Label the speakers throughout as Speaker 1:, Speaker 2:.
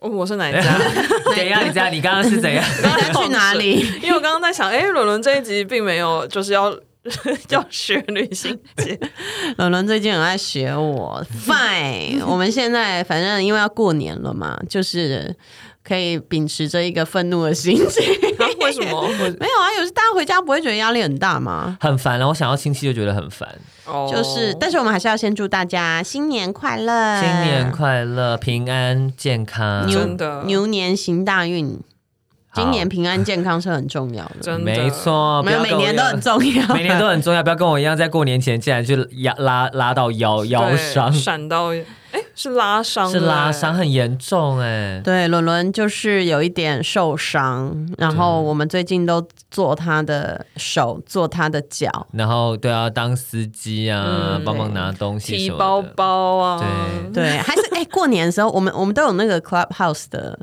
Speaker 1: 哦我是
Speaker 2: 哎
Speaker 1: 哪一家？
Speaker 2: 怎样？你这样，你刚刚是怎样？
Speaker 3: 大家去哪里？
Speaker 1: 因为我刚刚在想，哎、伦伦这一集并没有就是 要要学旅行节，
Speaker 3: 伦伦最近很爱学我。Fine，我 们现在反正因为要过年了嘛，就是可以秉持着一个愤怒的心情。
Speaker 1: 啊为什么？
Speaker 3: 没有啊，有时大家回家不会觉得压力很大吗？
Speaker 2: 很烦啊然后我想要亲戚就觉得很烦。
Speaker 1: 哦
Speaker 3: 就是，但是我们还是要先祝大家新年快乐，
Speaker 2: 新年快乐，平安健康。
Speaker 3: 牛
Speaker 1: 真的
Speaker 3: 牛年行大运，
Speaker 2: 好
Speaker 3: 今年平安健康是很重要的。
Speaker 1: 真的
Speaker 2: 没，错，
Speaker 3: 没有，
Speaker 2: 不
Speaker 3: 每
Speaker 2: 要跟我
Speaker 3: 年都
Speaker 2: 一
Speaker 3: 很
Speaker 2: 样
Speaker 3: 重 要，
Speaker 2: 每年都很重要，不要跟我一样，在过年前竟然去压拉拉到腰腰
Speaker 1: 对
Speaker 2: 伤，
Speaker 1: 闪到，哎、是拉伤，
Speaker 2: 是拉伤，
Speaker 1: 哎
Speaker 2: 很严重哎、
Speaker 3: 对，伦伦就是有一点受伤，然后我们最近都做他的手，做他的脚。
Speaker 2: 然后对啊，当司机啊
Speaker 1: 嗯，
Speaker 2: 帮、忙拿东西
Speaker 1: 提
Speaker 2: 什么的
Speaker 1: 包包啊，
Speaker 2: 对
Speaker 3: 对，还是哎、过年的时候，我们我们都有那个 Clubhouse 的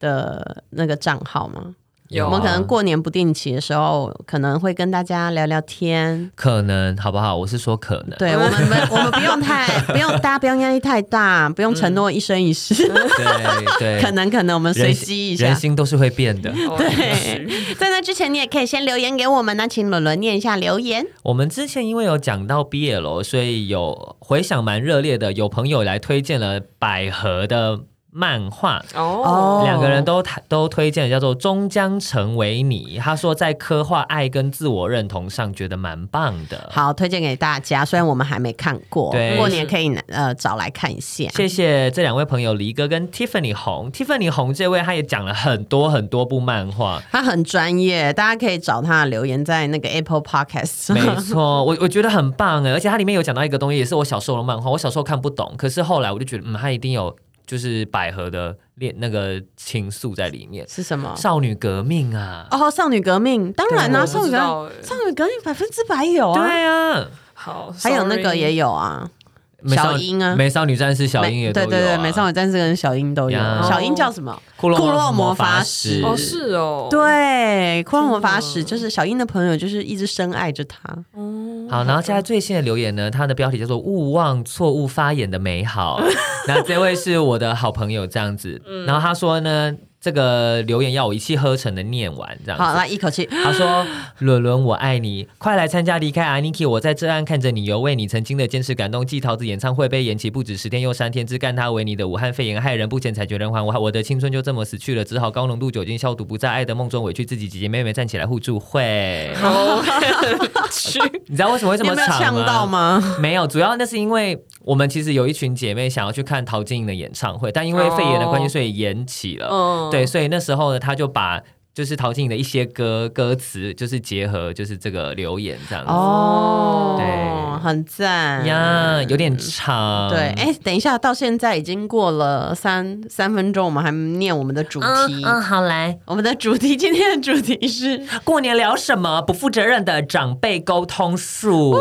Speaker 3: 的那个账号嘛。
Speaker 1: 有
Speaker 3: 我
Speaker 1: 啊
Speaker 3: 们可能过年不定期的时候，可能会跟大家聊聊天。
Speaker 2: 可能好不好？我是说可能，
Speaker 3: 对我们，不我们不 用太不用，大家不用压力太大，不用承诺一生一世。
Speaker 2: 对对，
Speaker 3: 可能可能我们随
Speaker 2: 人
Speaker 3: 机一
Speaker 2: 人
Speaker 3: 下。
Speaker 2: 心都是会变的。
Speaker 1: 哦
Speaker 3: 对，在那之前，你也可以先留言给我们，那请伦伦念一下留言。
Speaker 2: 我们之前因为有讲到 BL，所以有回响蛮热烈的，有朋友来推荐了百合的漫画。
Speaker 1: 哦，
Speaker 2: 两个人都谈都推荐叫做《终将成为你》，他说在刻画爱跟自我认同上觉得蛮棒的，
Speaker 3: 好，推荐给大家。虽然我们还没看过，
Speaker 2: 对
Speaker 3: 过年可以拿呃找来看一下。
Speaker 2: 谢谢这两位朋友黎哥跟 Tiffany 红，Tiffany 红这位他也讲了很多很多部漫画，
Speaker 3: 他很专业，大家可以找他的留言在那个 Apple Podcast 上。
Speaker 2: 没错，我我觉得很棒哎，而且它里面有讲到一个东西，也是我小时候的漫画，我小时候看不懂，可是后来我就觉得，嗯，它一定有就是百合的恋那个情愫在里面，
Speaker 3: 是什么？
Speaker 2: 少女革命啊，
Speaker 3: 哦，少女革命，当然啦、
Speaker 1: 我不
Speaker 3: 少女革
Speaker 1: 知
Speaker 3: 命，
Speaker 1: 道哎
Speaker 3: 少女革命百分之百有啊，
Speaker 2: 对啊，
Speaker 1: 好，
Speaker 3: 还有那个
Speaker 1: sorry
Speaker 3: 也有啊，
Speaker 2: 美少
Speaker 3: 小樱啊
Speaker 2: 美少女战士小樱也
Speaker 3: 美
Speaker 2: 都有、
Speaker 3: 对
Speaker 2: 啊，
Speaker 3: 对对，美少女战士跟小樱都有。
Speaker 2: 呀
Speaker 3: 小樱叫什么？
Speaker 2: 骷
Speaker 3: 骷髅
Speaker 2: 髅
Speaker 3: 魔
Speaker 2: 魔
Speaker 3: 法
Speaker 2: 法
Speaker 3: 使
Speaker 2: 使，
Speaker 1: 哦，是哦，，
Speaker 2: 啊
Speaker 3: 对，骷髅魔法
Speaker 1: 哪
Speaker 3: 使就是小樱的朋友，就是一直深爱着他。
Speaker 1: 嗯，
Speaker 2: 好，然后接下来最新的留言呢，它的标题叫做“勿忘错误发言的美好”。 那这位是我的好朋友，这样子。
Speaker 3: 嗯
Speaker 2: 然后他说呢，这个留言要我一气呵成的念完，这样子。
Speaker 3: 好，来一口气。
Speaker 2: 他说：“伦伦，我爱你，快来参加离开 Aniki，我在这岸看着你游，为你曾经的坚持感动。季桃子演唱会被延期不止十天又三天，之干他为你的武汉肺炎害人不浅，惨绝人寰。我我的青春就这么死去了，只好高浓度酒精消毒，不在爱的梦中委屈自己。姐姐妹妹站起来互助会，
Speaker 1: 好哦 去，
Speaker 2: 你知道为什么会这
Speaker 3: 你有
Speaker 2: 么
Speaker 3: 没有
Speaker 2: 长
Speaker 3: 呛到吗？
Speaker 2: 没有，主要那是因为我们其实有一群姐妹想要去看陶晶莹的演唱会，但因为肺炎的关系，
Speaker 1: 哦
Speaker 2: 所以延期了。
Speaker 1: 嗯，
Speaker 2: 对，，所以那时候呢，她就把就是陶晶莹的一些歌歌词，就是结合就是这个留言这样子。
Speaker 3: 哦，
Speaker 2: 对
Speaker 3: 很赞
Speaker 2: 呀，有点长。
Speaker 3: 对，哎、等一下，到现在已经过了三三分钟，我们还没念我们的主题。
Speaker 2: 嗯好来，
Speaker 3: 我们的主题今天的主题 是
Speaker 2: 哎过年聊什么？不负责任的长辈沟通术。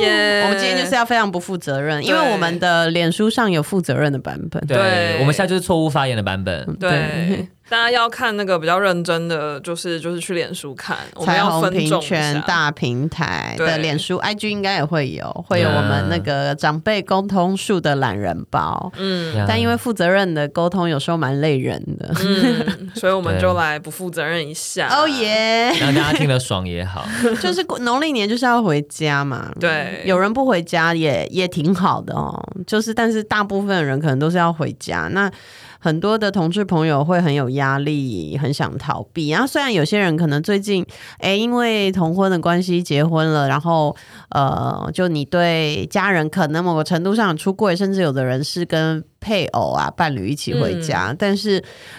Speaker 1: 耶，
Speaker 3: 我们今天就是要非常不负责任，因为我们的脸书上有负责任的版本。
Speaker 2: 对嗯
Speaker 1: 对，
Speaker 2: 我们现在就是错误发言的版本。
Speaker 1: 对，大家要看那个比较认真的，就是就是去脸书看，我们
Speaker 3: 彩
Speaker 1: 要
Speaker 3: 虹
Speaker 1: 分
Speaker 3: 平
Speaker 1: 众一
Speaker 3: 权
Speaker 1: 下。
Speaker 3: 大平台的
Speaker 1: 对
Speaker 3: 脸书、IG 应该也会有，会有
Speaker 2: 嗯
Speaker 3: 我们那个长辈沟通术的懒人包。
Speaker 1: 嗯
Speaker 2: 呀
Speaker 3: 但因为负责任的沟通有时候蛮累人的。
Speaker 1: 嗯，所以我们
Speaker 2: 对
Speaker 1: 就来不负责任一下。
Speaker 3: 哦！ 耶，
Speaker 2: 让大家听了爽也 好，
Speaker 3: 就是过农历年就是要回家嘛。
Speaker 1: 对
Speaker 3: 有人不回家也也挺好的哦。就是，但是大部分人可能都是要回家。那很多的同志朋友会很有压力，很想逃避。然后虽然有些人可能最近哎、因为同婚的关系结婚了，然后呃，就你对家人可能某个程度上有出柜，甚至有的人是跟配偶啊伴侣一起回家，但是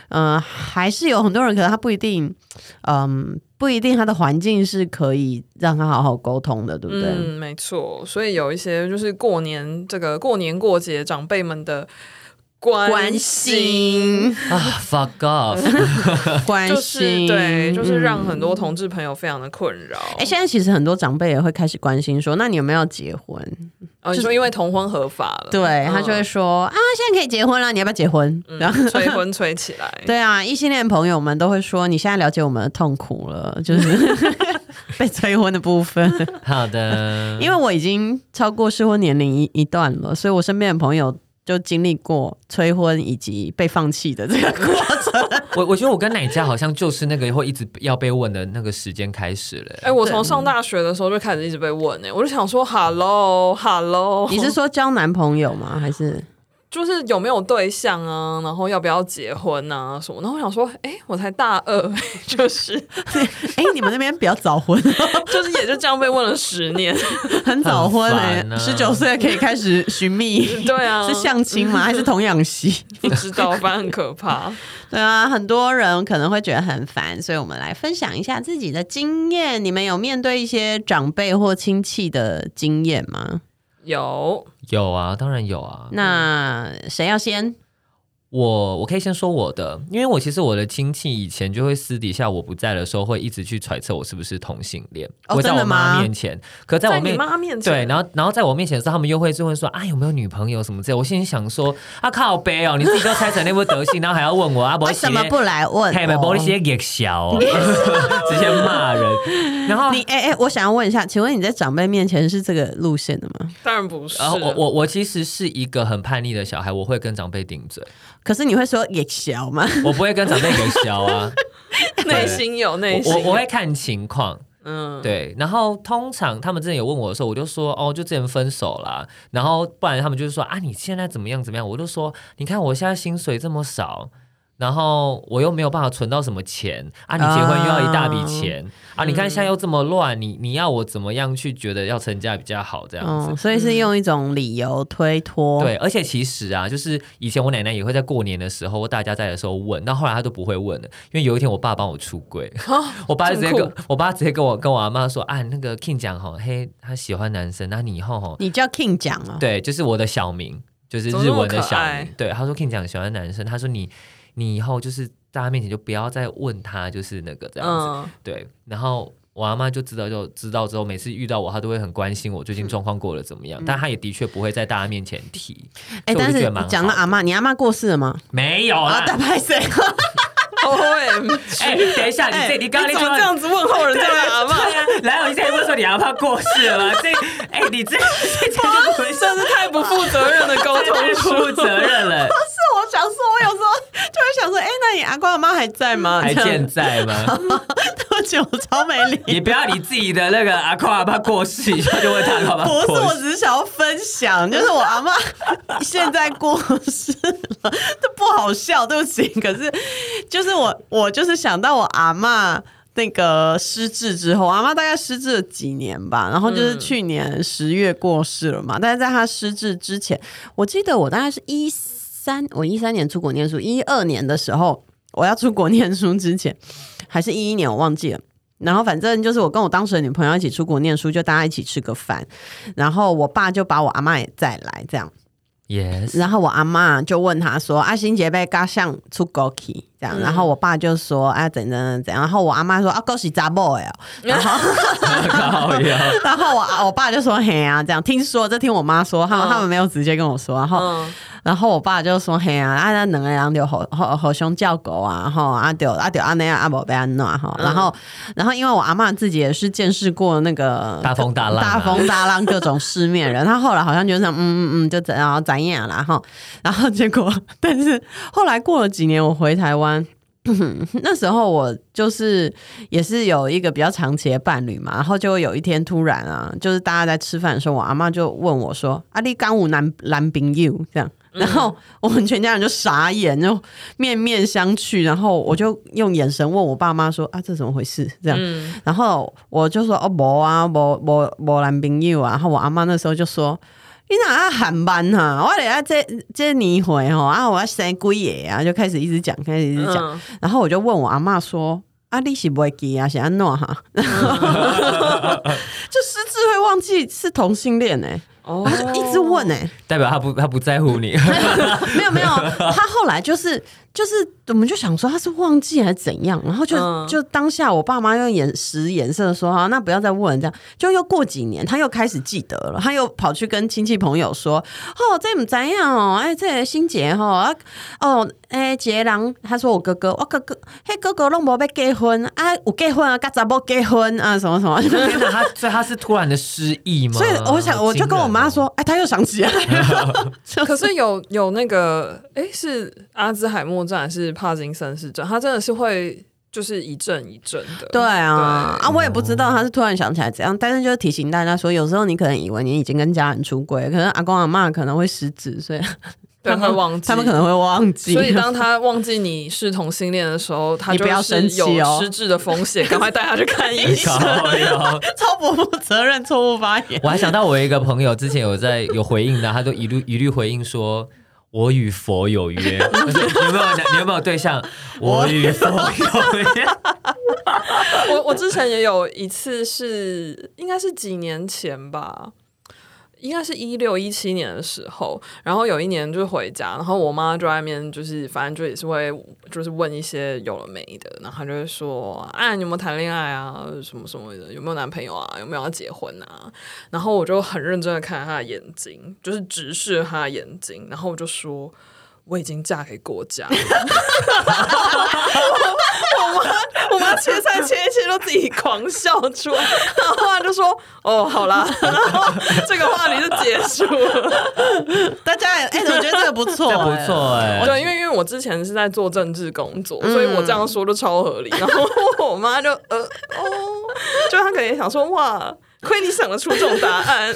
Speaker 3: 嗯、呃还是有很多人可能他不一定，嗯、不一定他的环境是可以让他好好沟通的，对不对？
Speaker 1: 嗯，没错。所以有一些就是过年这个过年过节长辈们的。
Speaker 3: 关
Speaker 1: 关心，
Speaker 3: 心，
Speaker 2: 啊，fuck off！
Speaker 3: 关
Speaker 1: 就是
Speaker 3: 心，
Speaker 1: 对，就是让
Speaker 3: 嗯
Speaker 1: 很多同志朋友非常的困扰。
Speaker 3: 哎、现在其实很多长辈也会开始关心说，那你有没有结婚？
Speaker 1: 哦，你说因为同婚合法了，
Speaker 3: 对他就会说、啊，现在可以结婚了，你要不要结婚？然后
Speaker 1: 嗯催婚催起来。
Speaker 3: 对啊，异性恋朋友们都会说，你现在了解我们的痛苦了，就是 被催婚的部 分。
Speaker 2: 好 的，
Speaker 3: 因为我已经超过适婚年龄一一段了，所以我身边的朋友就经历过催婚以及被放弃的这个过程。
Speaker 2: 我我觉得我跟奶家好像就是那个会一直要被问的那个时间开始了、欸
Speaker 1: 哎、我从
Speaker 2: 嗯
Speaker 1: 上大学的时候就开始一直被问哎、我就想说，hello，hello，
Speaker 3: 你是说交男朋友吗？还是
Speaker 1: 就是有没有对象啊，然后要不要结婚啊什么？然后我想说，哎、我才大二， 就是
Speaker 3: 哎、你们那边比较早 婚，
Speaker 1: 就是也就这样被问了十 年，
Speaker 3: 很早婚哎、
Speaker 2: 很烦啊
Speaker 3: 十九岁可以开始寻觅。
Speaker 1: 对
Speaker 2: 哦
Speaker 1: 啊，
Speaker 3: 是相亲 吗？还是童养媳？
Speaker 1: 不知道，反正很可怕。
Speaker 3: 对啊，很多人可能会觉得很烦，所以我们来分享一下自己的经验。你们有面对一些长辈或亲戚的经验吗？
Speaker 1: 有，
Speaker 2: 有啊，当然有啊。
Speaker 3: 那谁要先？
Speaker 2: 我我可以先说我的，因为我其实我的亲戚以前就会私底下我不在的时候，会一直去揣测我是不是同性恋。我
Speaker 3: 哦
Speaker 2: 在
Speaker 3: 真的
Speaker 2: 我妈
Speaker 3: 吗
Speaker 2: 面前，可在我
Speaker 1: 在你
Speaker 2: 面
Speaker 1: 妈面
Speaker 2: 对，
Speaker 1: 前，
Speaker 2: 然后然后在我面前的时候，他们又会就会说啊有没有女朋友什么之类的。我心里想说啊靠背哦，你自己都拆成那副德性，然后还要问我啊，不
Speaker 3: 为
Speaker 2: 然
Speaker 3: 什么
Speaker 2: 写
Speaker 3: 不来问哦
Speaker 2: 嘿，没玻
Speaker 3: 我？
Speaker 2: 璃鞋也小哦， 直接骂人。然后
Speaker 3: 你哎哎、我想要问一下，请问你在长辈面前是这个路线的吗？
Speaker 1: 当然不是。
Speaker 2: 然后我我我其实是一个很叛逆的小孩，我会跟长辈顶嘴，
Speaker 3: 可是你会说也小吗？
Speaker 2: 我不会跟长辈给小啊，
Speaker 1: 内心有内
Speaker 2: 我
Speaker 1: 心有，
Speaker 2: 我我会看情况，
Speaker 1: 嗯，
Speaker 2: 对。然后通常他们之前有问我的时候，我就说哦，就之前分手啦。然后不然他们就是说啊，你现在怎么样怎么样？我就说你看我现在薪水这么少。然后我又没有办法存到什么钱啊！你结婚又要一大笔钱啊！你看
Speaker 1: 嗯
Speaker 2: 现在又这么乱，你你要我怎么样去觉得要成家比较好这样子？
Speaker 3: 嗯，所以是用一种理由推脱。
Speaker 2: 哦
Speaker 1: 哦
Speaker 2: 对，而且其实啊，就是以前我奶奶也会在过年的时候，大家在的时候问，到后来她都不会问了，因为有一天我爸帮我出柜，
Speaker 1: 哦
Speaker 2: 我爸就直接
Speaker 1: 这么
Speaker 2: 跟我爸直接跟我跟我阿妈说啊，那个 King 讲吼，嘿，他喜欢男生，那你以后吼，
Speaker 3: 你叫 King 讲哦。
Speaker 2: 对，就是我的小名，就是
Speaker 1: 怎么
Speaker 2: 日
Speaker 1: 那么
Speaker 2: 文的
Speaker 1: 可
Speaker 2: 小
Speaker 1: 爱
Speaker 2: 名，对，他说 King 讲喜欢男生，他说你你以后就是大家面前就不要再问他，就是那个这样子，
Speaker 1: 嗯，
Speaker 2: 对，然后我阿妈就知道，就知道之后，每次遇到我，她都会很关心我最
Speaker 1: 嗯
Speaker 2: 近状况过得怎么样，但她也的确不会在大家面前提。
Speaker 3: 哎、
Speaker 2: 所以我就
Speaker 3: 但是
Speaker 2: 觉得蛮
Speaker 3: 你讲到
Speaker 2: 好的
Speaker 3: 阿妈，你阿妈过世了吗？
Speaker 2: 没有
Speaker 3: 啊，
Speaker 2: 啦，
Speaker 3: 大拍谁？
Speaker 1: 哦，
Speaker 2: 哎，等一下， 你
Speaker 3: 哎
Speaker 2: 这你刚刚
Speaker 1: 你
Speaker 2: 那
Speaker 1: 怎
Speaker 2: 句
Speaker 1: 么
Speaker 2: 话
Speaker 1: 这样子问候人家的阿嬷？
Speaker 2: 对啊，然后你现在不是说你阿妈过世了 吗？这哎，你这这这就不会
Speaker 1: 真是太不负责任的沟
Speaker 2: 太
Speaker 1: 通
Speaker 2: 不
Speaker 1: 术
Speaker 2: 负责任了，
Speaker 3: 是我想说，我有时候就会想说，哎、那你阿公阿妈还在吗？
Speaker 2: 还
Speaker 3: 这样
Speaker 2: 健，在
Speaker 3: 啊
Speaker 2: 吗？
Speaker 3: 对不起，我超没礼。
Speaker 2: 你不要你自己的那个阿公阿妈过世以后就问他阿妈
Speaker 3: 不是，
Speaker 2: 过
Speaker 3: 我
Speaker 2: 世。
Speaker 3: 只是想要分享，就是我阿妈现在过世了，这不好笑，对不起。可是，就是我，我就是想到我阿妈那个失智之后，我阿妈大概失智了几年吧，然后就是去年十月过世了嘛。但是在她失智之前，我记得我大概是一三，我一三年出国念书，一二年的时候，我要出国念书之前，还是一一年，我忘记了。然后反正就是我跟我当时的女朋友一起出国念书，就大家一起吃个饭，然后我爸就把我阿妈也带来这样，
Speaker 2: Yes，
Speaker 3: 然后我阿妈就问他说：“阿欣姐被嘎像出国去这样。”然后我爸就说：“啊，怎怎怎样？”然后我阿妈说：“啊，恭喜杂 boy 哦。”然后
Speaker 2: 靠呀，
Speaker 3: 然后我我爸就说：“嘿啊，这样听说这听我妈说，他们、
Speaker 1: 嗯
Speaker 3: 他们没有直接跟我说。”然后
Speaker 1: 嗯，
Speaker 3: 然后我爸就说：“嘿啊，啊那两个人就互互互相叫狗啊，吼啊就啊就安尼啊，啊无被安怎
Speaker 2: 嗯
Speaker 3: 吼。”然后，然后因为我阿妈自己也是见识过那个
Speaker 2: 大风大浪啊
Speaker 3: 大风大浪各种世面人，她后来好像就是嗯嗯嗯，就怎样怎样啦哈。吼然后结果， 但是后来过了几年，我回台湾。 那时候我就是也是有一个比较长期的伴侣嘛，然后就有一天突然啊，就是大家在吃饭的时候，我阿妈就问我说：“啊，你刚有男男朋友这样。”然
Speaker 1: 嗯
Speaker 3: 后我们全家人就傻眼，就面面相觑，然后我就用眼神问我爸妈说：“啊，这怎么回事？”这样，
Speaker 1: 嗯
Speaker 3: 然后我就说：“哦，无啊，无无无男朋友啊。”然后我阿妈那时候就说：“你哪要喊班哈、啊？我得要这这年回吼啊，我要生鬼爷啊！”就开始一直讲，开始一直讲。
Speaker 1: 嗯
Speaker 3: 然后我就问我阿妈说：“啊，你是不会记啊，是 安诺哈？”就失智会忘记是同性恋哎、
Speaker 1: 哦
Speaker 3: 他就一直问哎、
Speaker 2: 代表他不他不在乎 你。
Speaker 3: 没有没有，他后来就是就是，我们就想说他是忘记还是怎样，然后就、
Speaker 1: 嗯
Speaker 3: 就当下我爸妈用眼使眼色说啊，那不要再问这样，就又过几年他又开始记得了，他又跑去跟亲戚朋友说，哦，这唔怎样哦，哎，这新杰吼啊，哦，哎，杰郎，他说我哥哥，我哥哥，嘿，哥哥弄无要结婚啊，有结婚啊，跟查某结婚啊，什么什么。
Speaker 2: 天哪，他所以他是突然的失忆吗？
Speaker 3: 所以我想，我就跟我妈说
Speaker 2: 好，
Speaker 3: 哎，他又想起来了，
Speaker 1: 可是有有那个，哎、是阿兹海默症还是帕金森氏症？他真的是会就是一阵一阵的。
Speaker 3: 对啊，
Speaker 1: 对
Speaker 3: 啊，我也不知道他是突然想起来怎样，但是就是提醒大家说，有时候你可能以为你已经跟家人出轨，可能阿公阿妈可能会失职，所以
Speaker 1: 对，
Speaker 3: 他们
Speaker 1: 会忘记，
Speaker 3: 他们可能会忘记。
Speaker 1: 所以 当他忘记你是同性恋的时候，他
Speaker 3: 你
Speaker 1: 就
Speaker 3: 不要
Speaker 1: 是
Speaker 3: 生气哦
Speaker 1: 有失智的风险，赶快带他去看
Speaker 3: 哎
Speaker 1: 医 生。
Speaker 2: 靠腰
Speaker 3: 超不负责任、错误发言，
Speaker 2: 我还想到我有一个朋友之前有在有回应的，他都一律一律回应说。我与佛有约，我说你有没有你有没有对象？我与佛有约，
Speaker 1: 我我之前也有一次是，应该是几年前吧，应该是一六一七年的时候，然后有一年就回家，然后我妈就在外面就是，反正就也是会就是问一些有了没的，然后她就会说，哎，你有没有谈恋爱啊？什么什么的，有没有男朋友啊？有没有要结婚啊？然后我就很认真的看她的眼睛，就是直视她的眼睛，然后我就说。我已经嫁给国家了，我妈切菜切一切都自己狂笑出来，然后她就说：“哦，好啦。”然后这个话题就结束了。
Speaker 3: 大家 也哎、我觉得这个不错、
Speaker 2: 这不错哎、
Speaker 1: 对，因为因为我之前是在做政治工作，所以我这样说就超合理。然后我妈就呃哦，就她可能也想说：“哇，亏你想得出这种答案。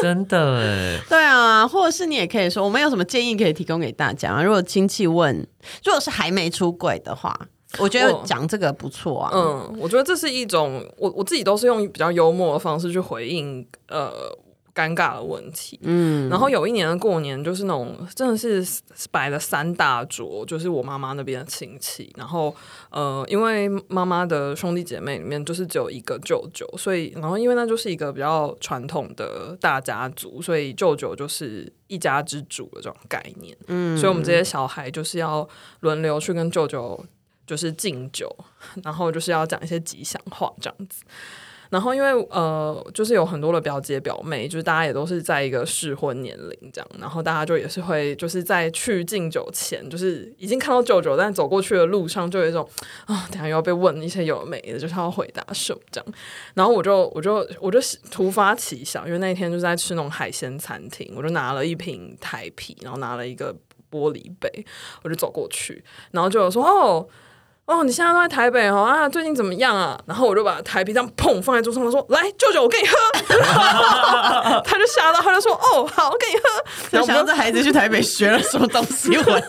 Speaker 2: 真的哎、
Speaker 3: 对啊，或者是你也可以说，我们有什么建议可以提供给大家吗？如果亲戚问，如果是还没出轨的话，我觉
Speaker 1: 我
Speaker 3: 得讲这个不错啊”。哦嗯，
Speaker 1: 嗯，我觉得这是一种我我自己都是用比较幽默的方式去回应呃尴尬的问题。
Speaker 3: 嗯，
Speaker 1: 然后有一年的过年，就是那种真的是摆了三大桌，就是我妈妈那边的亲戚，然后呃，因为妈妈的兄弟姐妹里面就是只有一个舅舅，所以然后因为那就是一个比较传统的大家族，所以舅舅就是一家之主的这种概念，嗯，所以我们这些小孩就是要轮流去跟舅舅就是敬酒，然后就是要讲一些吉祥话这样子。然后因为呃，就是有很多的表姐表妹，就是大家也都是在一个适婚年龄这样，然后大家就也是会就是在去敬酒前，就是已经看到舅舅，但走过去的路上就有一种啊，等一下又要被问一些有的没的，就是他要回答什么这样。然后我就我就我就突发奇想，因为那一天就是在吃那种海鲜餐厅，我就拿了一瓶台啤，然后拿了一个玻璃杯，我就走过去，然后就有说哦。哦，你现在都在台北哦啊，最近怎么样啊？然后我就把台啤这样砰放在桌上，他说：“来，舅舅，我给你喝。” 他就吓到，他就说：“哦，好，我给你喝。”
Speaker 3: 没
Speaker 1: 然后 我
Speaker 3: 想到
Speaker 1: 们就
Speaker 3: 这孩子去台北学了什么东西回来。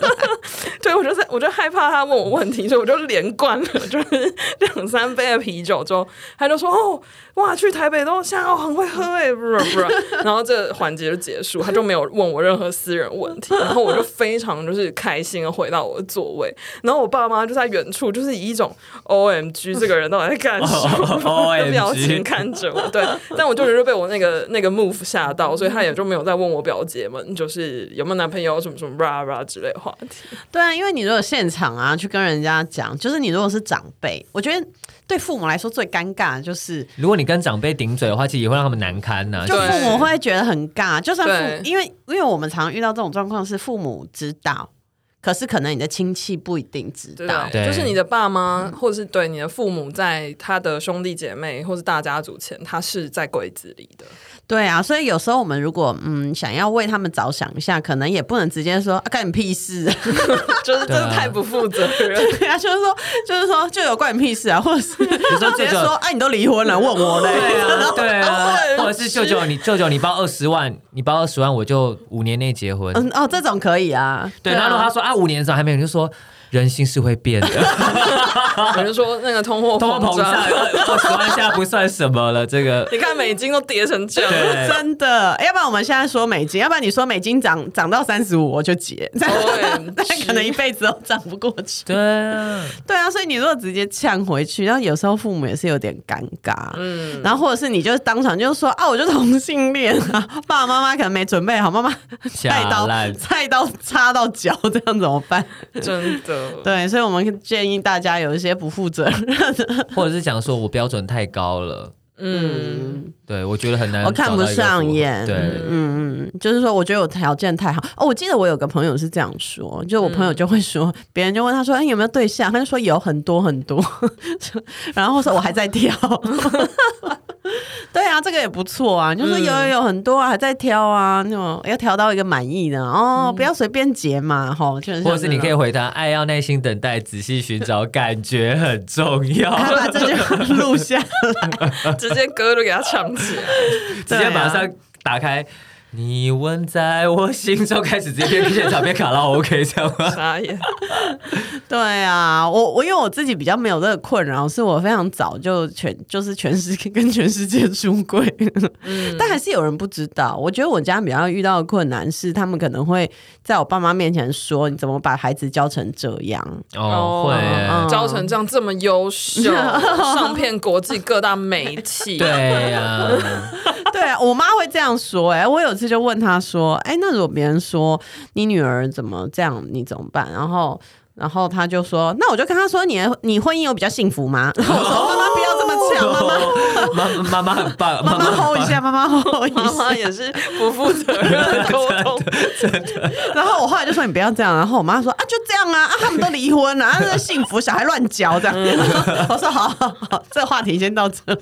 Speaker 1: 对，我就是，我就害怕他问我问题，所以我就连灌了，就是两三杯的啤酒之后，他就说：“哦，哇，去台北都下哦，很会喝哎、欸，不是 不是。”然后这环节就结束，他就没有问我任何私人问题，然后我就非常就是开心的回到我的座位，然后我爸妈就在远处，就是以一种 O M G 这个人到底在干什么 的表
Speaker 2: OMG
Speaker 1: 情看着我，对，但我就觉得被我那个那个 move 吓到，所以他也就没有再问我表姐们就是有没有男朋友什么什么 bra bra 之类的话题。
Speaker 3: 对啊，因为你如果现场啊去跟人家讲，就是你如果是长辈，我觉得对父母来说最尴尬的就是。
Speaker 2: 如果你跟长辈顶嘴的话，其实也会让他们难堪呐、
Speaker 3: 就
Speaker 1: 对
Speaker 3: 父母会觉得很尬，就算
Speaker 1: 对
Speaker 3: 父，因为因为我们常遇到这种状况是父母知道，可是可能你的亲戚不一定知
Speaker 1: 对
Speaker 3: 道。
Speaker 2: 对
Speaker 1: 就是你的爸妈，或者是对你的父母，在他的兄弟姐妹或是大家族前，他是在柜子里的。
Speaker 3: 对啊，所以有时候我们如果嗯想要为他们着想一下，可能也不能直接说啊干你屁事啊，
Speaker 1: 就是真
Speaker 2: 对啊
Speaker 1: 的太不负责 任。，
Speaker 3: 对啊，就是说就是说就有关你屁事啊，或者是
Speaker 2: 有时候舅
Speaker 3: 直接
Speaker 2: 舅
Speaker 3: 说哎、你都离婚了，问我嘞，
Speaker 2: 对啊，对啊或者是舅舅，你舅舅你包二十万，你包二十万，我就五年内结婚。
Speaker 3: 嗯哦这种可以啊，
Speaker 2: 对，
Speaker 1: 对啊
Speaker 2: 然后他说啊，五年怎么还没有？你就说人心是会变的，啊
Speaker 1: 有人说那个通货
Speaker 2: 通货膨胀
Speaker 1: 胀，
Speaker 2: 二十万下不算什么了，这个
Speaker 1: 你看美金都跌成这样，
Speaker 2: 对
Speaker 3: 真的，要不然我们现在说美金，要不然你说美金涨涨到三十五我就结，但 可能一辈子都涨不过去。
Speaker 2: 对啊，
Speaker 3: 对啊，所以你如果直接呛回去，然后有时候父母也是有点尴尬，嗯，然后或者是你就当场就说啊，我就同性恋啊， 爸爸妈妈可能没准备好，妈妈菜
Speaker 2: 下
Speaker 3: 刀
Speaker 2: 烂
Speaker 3: 菜刀插到脚， 这样怎么办？
Speaker 1: 真的。
Speaker 3: 对，所以我们建议大家有一些不负责任的，
Speaker 2: 或者是讲说我标准太高了，
Speaker 1: 嗯，
Speaker 2: 对我觉得很难，
Speaker 3: 我看不上眼，
Speaker 2: 对，
Speaker 3: 嗯嗯，嗯就是说我觉得我条件太好哦。我记得我有个朋友是这样说，就我朋
Speaker 2: 嗯
Speaker 3: 友就会说， 别人就问他说，哎、有没有对象？他就说有很多很多， 然后说我还在挑。 对啊，这个也不错
Speaker 2: 嗯
Speaker 3: 啊，就是说有有有很多啊，还在挑啊，那种要挑到一个满意的哦，不要随便结嘛，吼，就是
Speaker 2: 嗯或者是你 可以
Speaker 3: 以。
Speaker 2: 回答，爱要耐心等待，仔细寻找，感觉很重要，
Speaker 3: 他把这句话 录下来，
Speaker 2: 嗯
Speaker 1: 直接歌都给他唱起来，
Speaker 2: 直接马上打开。你吻在我心中，开始直接变现场变卡拉 OK 这样吗？
Speaker 1: 傻眼。
Speaker 3: 对啊，我我因为我自己比较没有这个困扰，是我非常早就全就是全世界跟全世界出柜，但还是有人不知道。我觉得我家比较遇到的困难是，他们可能会在我爸妈面前说：“你怎么把孩子教成这样
Speaker 2: 哦，会耶，
Speaker 3: 嗯
Speaker 1: 招成这样这么优秀， 上片国际各大媒体，
Speaker 2: 对呀，？”
Speaker 3: 对啊，我妈会这样说、哎，我有次就问她说：“哎、那如果别人说你女儿怎么这样，你怎么办？”然后。然后她就说：“那我就跟她说，你的你婚姻有比较幸福吗？”然后我说：“妈妈不要这么呛，妈
Speaker 2: 哦
Speaker 3: 妈
Speaker 2: 妈妈妈很棒，妈
Speaker 3: 妈妈
Speaker 2: 很棒
Speaker 3: 吼一下，妈妈吼一
Speaker 1: 妈妈
Speaker 3: 下。
Speaker 1: 也是不负责任 的沟通，
Speaker 3: 然后我后来就说你不要这样，然后我妈说啊就这样啊， 啊他们都离婚了，啊那幸福小孩乱教这样。 我说好好好，这话题先到这，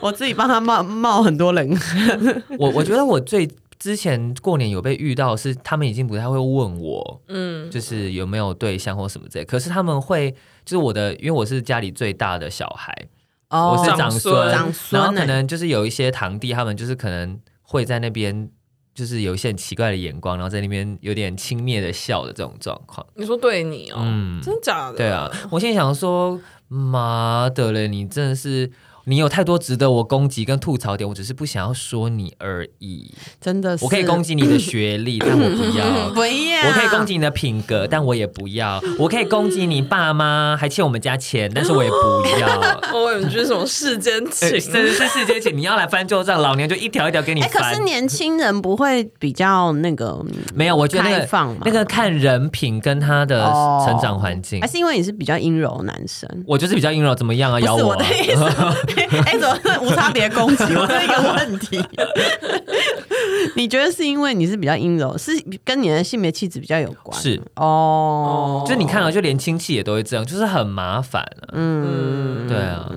Speaker 3: 我自己帮他冒冒很多人汗。
Speaker 2: 我我觉得我最之前过年有被遇到是他们已经不太会问我，
Speaker 1: 嗯，
Speaker 2: 就是有没有对象或什么之类，可是他们会就是我的，因为我是家里最大的小孩， 我是长
Speaker 1: 长
Speaker 2: 孙，
Speaker 1: 孙
Speaker 3: 哦长孙
Speaker 2: 然后
Speaker 3: 欸
Speaker 2: 可能就是有一些堂弟，他们就是可能会在那边。就是有一些很奇怪的眼光，然后在那边有点轻蔑的笑的这种状况。
Speaker 1: 你说对你哦，
Speaker 2: 嗯
Speaker 1: 真假的？
Speaker 2: 对啊，，我心里想说，妈的嘞，你真的是，你有太多值得我攻击跟吐槽点，我只是不想要说你而已。
Speaker 3: 真的是，嗯
Speaker 2: 我可以攻击你的学历，但我不要。
Speaker 3: 不要，
Speaker 2: 我可以攻击你的品格，但我也不要。我可以攻击你爸妈，还欠我们家钱，但是我也不要。
Speaker 3: 哦
Speaker 1: O M G 什么世间情
Speaker 2: 呃真的 是世界情，你要来翻旧账，老娘就一条一条给你
Speaker 3: 哎、可
Speaker 2: 翻嗯
Speaker 3: 是。年轻人不会比较那个
Speaker 2: 没有，我觉得那
Speaker 3: 开
Speaker 2: 个
Speaker 3: 放嘛？
Speaker 2: 那个看人品跟他的
Speaker 3: 哦
Speaker 2: 成长环境
Speaker 3: 还，是因为你是比较阴柔的男生。
Speaker 2: 我就是比较阴柔，怎么样啊？
Speaker 3: 不
Speaker 2: 咬
Speaker 3: 是
Speaker 2: 我
Speaker 3: 我
Speaker 2: 啊
Speaker 3: 的意思，哎、怎么是无差别攻击？我这个 问题，你觉得是因为你是比较阴柔，是跟你的性别气质比较有关？
Speaker 2: 是
Speaker 3: 哦，
Speaker 2: 就你看啊了，就连亲戚也都会这样，就是很麻烦啊。
Speaker 3: 嗯，
Speaker 2: 对啊，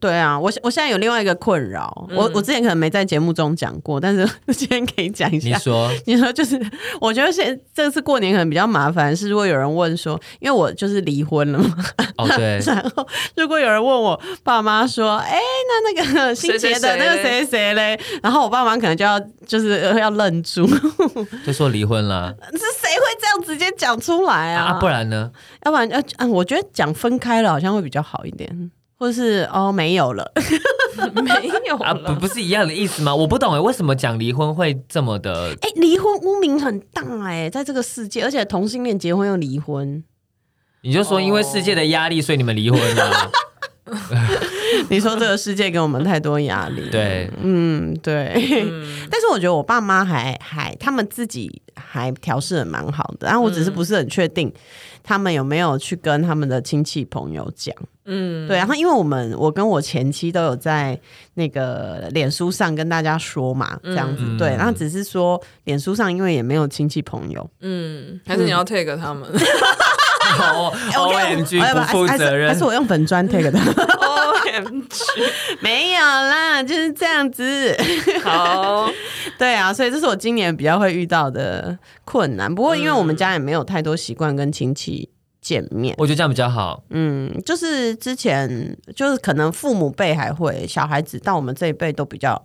Speaker 3: 对啊，我我现在有另外一个困扰，我我之前可能没在节目中讲过，但是 今天可以讲一
Speaker 2: 你
Speaker 3: 下。
Speaker 2: 说
Speaker 3: 你说就是，我觉得现这次过年可能比较麻烦，是如果有人问说，因为我就是离婚了嘛，
Speaker 2: 哦， 对，
Speaker 3: 然后如果有人问我爸妈说，哎、那那个新杰的那个谁谁谁嘞，然后我爸妈可能就要就是呃要愣住， 是
Speaker 2: 就说离婚啦
Speaker 3: 谁会这样直接讲出来啊？
Speaker 2: 啊，不然呢？
Speaker 3: 要不然要、啊，我觉得讲分开了好像会比较好一点。或者是哦没有了，
Speaker 1: 没有
Speaker 2: 啊，
Speaker 1: 了
Speaker 2: 不不是一样的意思吗？我不懂哎，为什么讲离婚会这么的？
Speaker 3: 哎、离婚污名很大哎、在这个世界，而且同性恋结婚又离婚，
Speaker 2: 你就说因为世界的压力，所以你们离婚啊了？
Speaker 3: 你说这个世界给我们太多压 力，
Speaker 2: 对，
Speaker 3: 嗯对，
Speaker 1: 嗯
Speaker 3: 但是我觉得我爸妈还还他们自己还调试的蛮好的，然后我只是不是很确定他们有没有去跟他们的亲戚朋友讲。
Speaker 1: 嗯，
Speaker 3: 对，然后因为我们我跟我前妻都有在那个脸书上跟大家说嘛，这样子、
Speaker 2: 嗯
Speaker 3: 对，然后只是说脸书上因为也没有亲戚朋友，
Speaker 1: 嗯，还是你要 take 他们
Speaker 2: 哦
Speaker 3: 我
Speaker 2: ，O
Speaker 3: 看
Speaker 2: M G
Speaker 3: 哎要
Speaker 2: 不
Speaker 3: 要
Speaker 2: 负
Speaker 3: 还是
Speaker 2: 责
Speaker 3: 还
Speaker 2: 任
Speaker 3: 是，我用粉砖 take 的，
Speaker 1: ？O M G，
Speaker 3: 没有啦，就是这样子。
Speaker 1: 好，
Speaker 3: 对啊，所以这是我今年比较会遇到的困难。不过因为我们家也没有太多习惯跟亲戚见面，
Speaker 2: 我觉得这样比较好。
Speaker 3: 嗯，就是之前就是可能父母辈还会，小孩子到我们这一辈都比较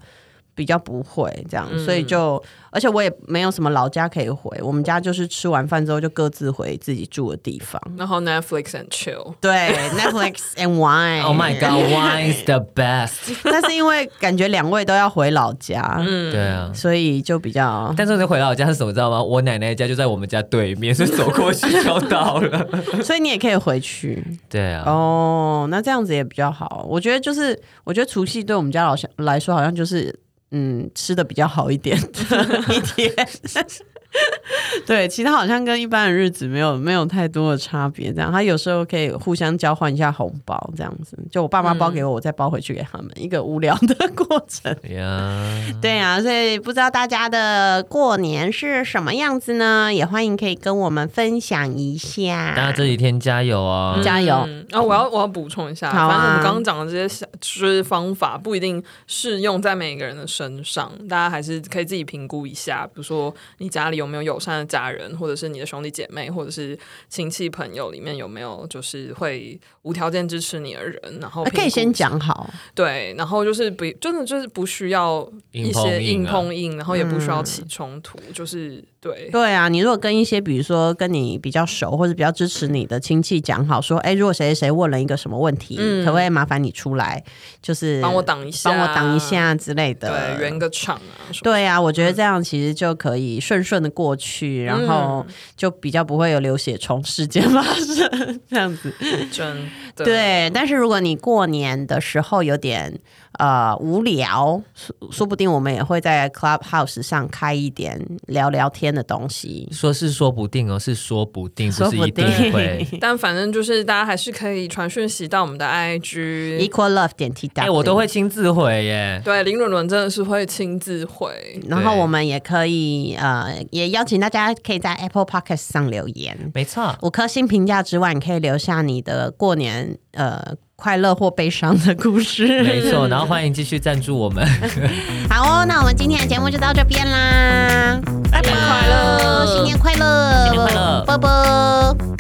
Speaker 3: 比较不会这样，
Speaker 1: 嗯
Speaker 3: 所以就而且我也没有什么老家可以回，我们家就是吃完饭之后就各自回自己住的地方。
Speaker 1: 然后 Netflix and chill，
Speaker 3: 对，Netflix and wine。
Speaker 2: Oh my god, wine's the best。
Speaker 3: 但是因为感觉两位都要回老家，
Speaker 2: 对啊。
Speaker 3: 所以就比较
Speaker 2: 但是我回到我家是什么，知道吗？我奶奶家就在我们家对面，所以走过去就到 了。
Speaker 3: 所以你也可以回去
Speaker 2: 对啊，
Speaker 3: 哦。那这样子也比较好。我觉得就是，我觉得除夕对我们家老乡来说，好像就是嗯，吃的比较好一点 一天。 对，其他好像跟一般的日子没有没有太多的差别。这样，他有时候可以互相交换一下红包，这样子。就我爸妈包
Speaker 2: 嗯
Speaker 3: 给我，我再包回去给他们，一个无聊的 过程。
Speaker 2: 呀，
Speaker 3: 对啊，所以不知道大家的过年是什么样子呢？也欢迎可以跟我们分享一
Speaker 2: 大家
Speaker 3: 下。
Speaker 2: 这几天加油哦！
Speaker 3: 加油
Speaker 1: 嗯啊，我要我要补充一下，
Speaker 3: 好啊
Speaker 1: 反正我们刚刚讲的这些小就是方法不一定适用在每个人的身上，大家还是可以自己评估一下，比如说你家里有没有友善的家人，或者是你的兄弟姐妹，或者是亲戚朋友里面有没有就是会无条件支持你的人，然后
Speaker 3: 啊可以
Speaker 1: 哦评估
Speaker 3: 先讲好，
Speaker 1: 对，然后就是不真的就是不需要一
Speaker 2: 硬碰
Speaker 1: 些
Speaker 2: 硬
Speaker 1: 硬
Speaker 2: 啊
Speaker 1: 碰硬，然后也不需要起冲突，就是对。
Speaker 3: 嗯对啊，你如果跟一些比如说跟你比较熟或者比较支持你的亲戚讲好，说，哎，如果谁谁谁问了一个什么问题，
Speaker 1: 嗯
Speaker 3: 可不可以麻烦你出来，就是
Speaker 1: 帮我挡一下，啊
Speaker 3: 帮我挡一，下之类的，
Speaker 1: 对，圆个场啊什么。
Speaker 3: 对啊，我觉得这样其实就可以顺顺的过去，然
Speaker 1: 嗯
Speaker 3: 后就比较不会有流血虫事件 发生，这样子。
Speaker 1: 真的
Speaker 3: 对，但是如果你过年的时候有点呃无聊，说说不定我们也会在 Clubhouse 上开一点聊聊天的东西。
Speaker 2: 说是说不定哦，是说不定，不
Speaker 3: 说
Speaker 2: 是
Speaker 3: 不
Speaker 2: 一定
Speaker 3: 定
Speaker 2: 会。
Speaker 1: 但反正就是大家还是可以传讯息到我们的 IG。
Speaker 3: Equal Love 点 T W，、
Speaker 2: 哎，我 都会。亲自回耶。
Speaker 1: 对，林伦伦真的是会亲自回。
Speaker 3: 然后
Speaker 2: 对
Speaker 3: 我们也可以呃，也邀请大家可以在 Apple Podcast 上留言，
Speaker 2: 没错，
Speaker 3: 五颗星评价之外，你可以留下你的过年呃快乐或悲伤的故
Speaker 2: 没
Speaker 3: 事。
Speaker 2: 错。然后欢迎继续赞助我们。
Speaker 3: 好哦，那我们今天的节目就到这边啦，
Speaker 2: 拜拜
Speaker 3: 新年快乐，
Speaker 2: 新年快乐
Speaker 3: 啵啵。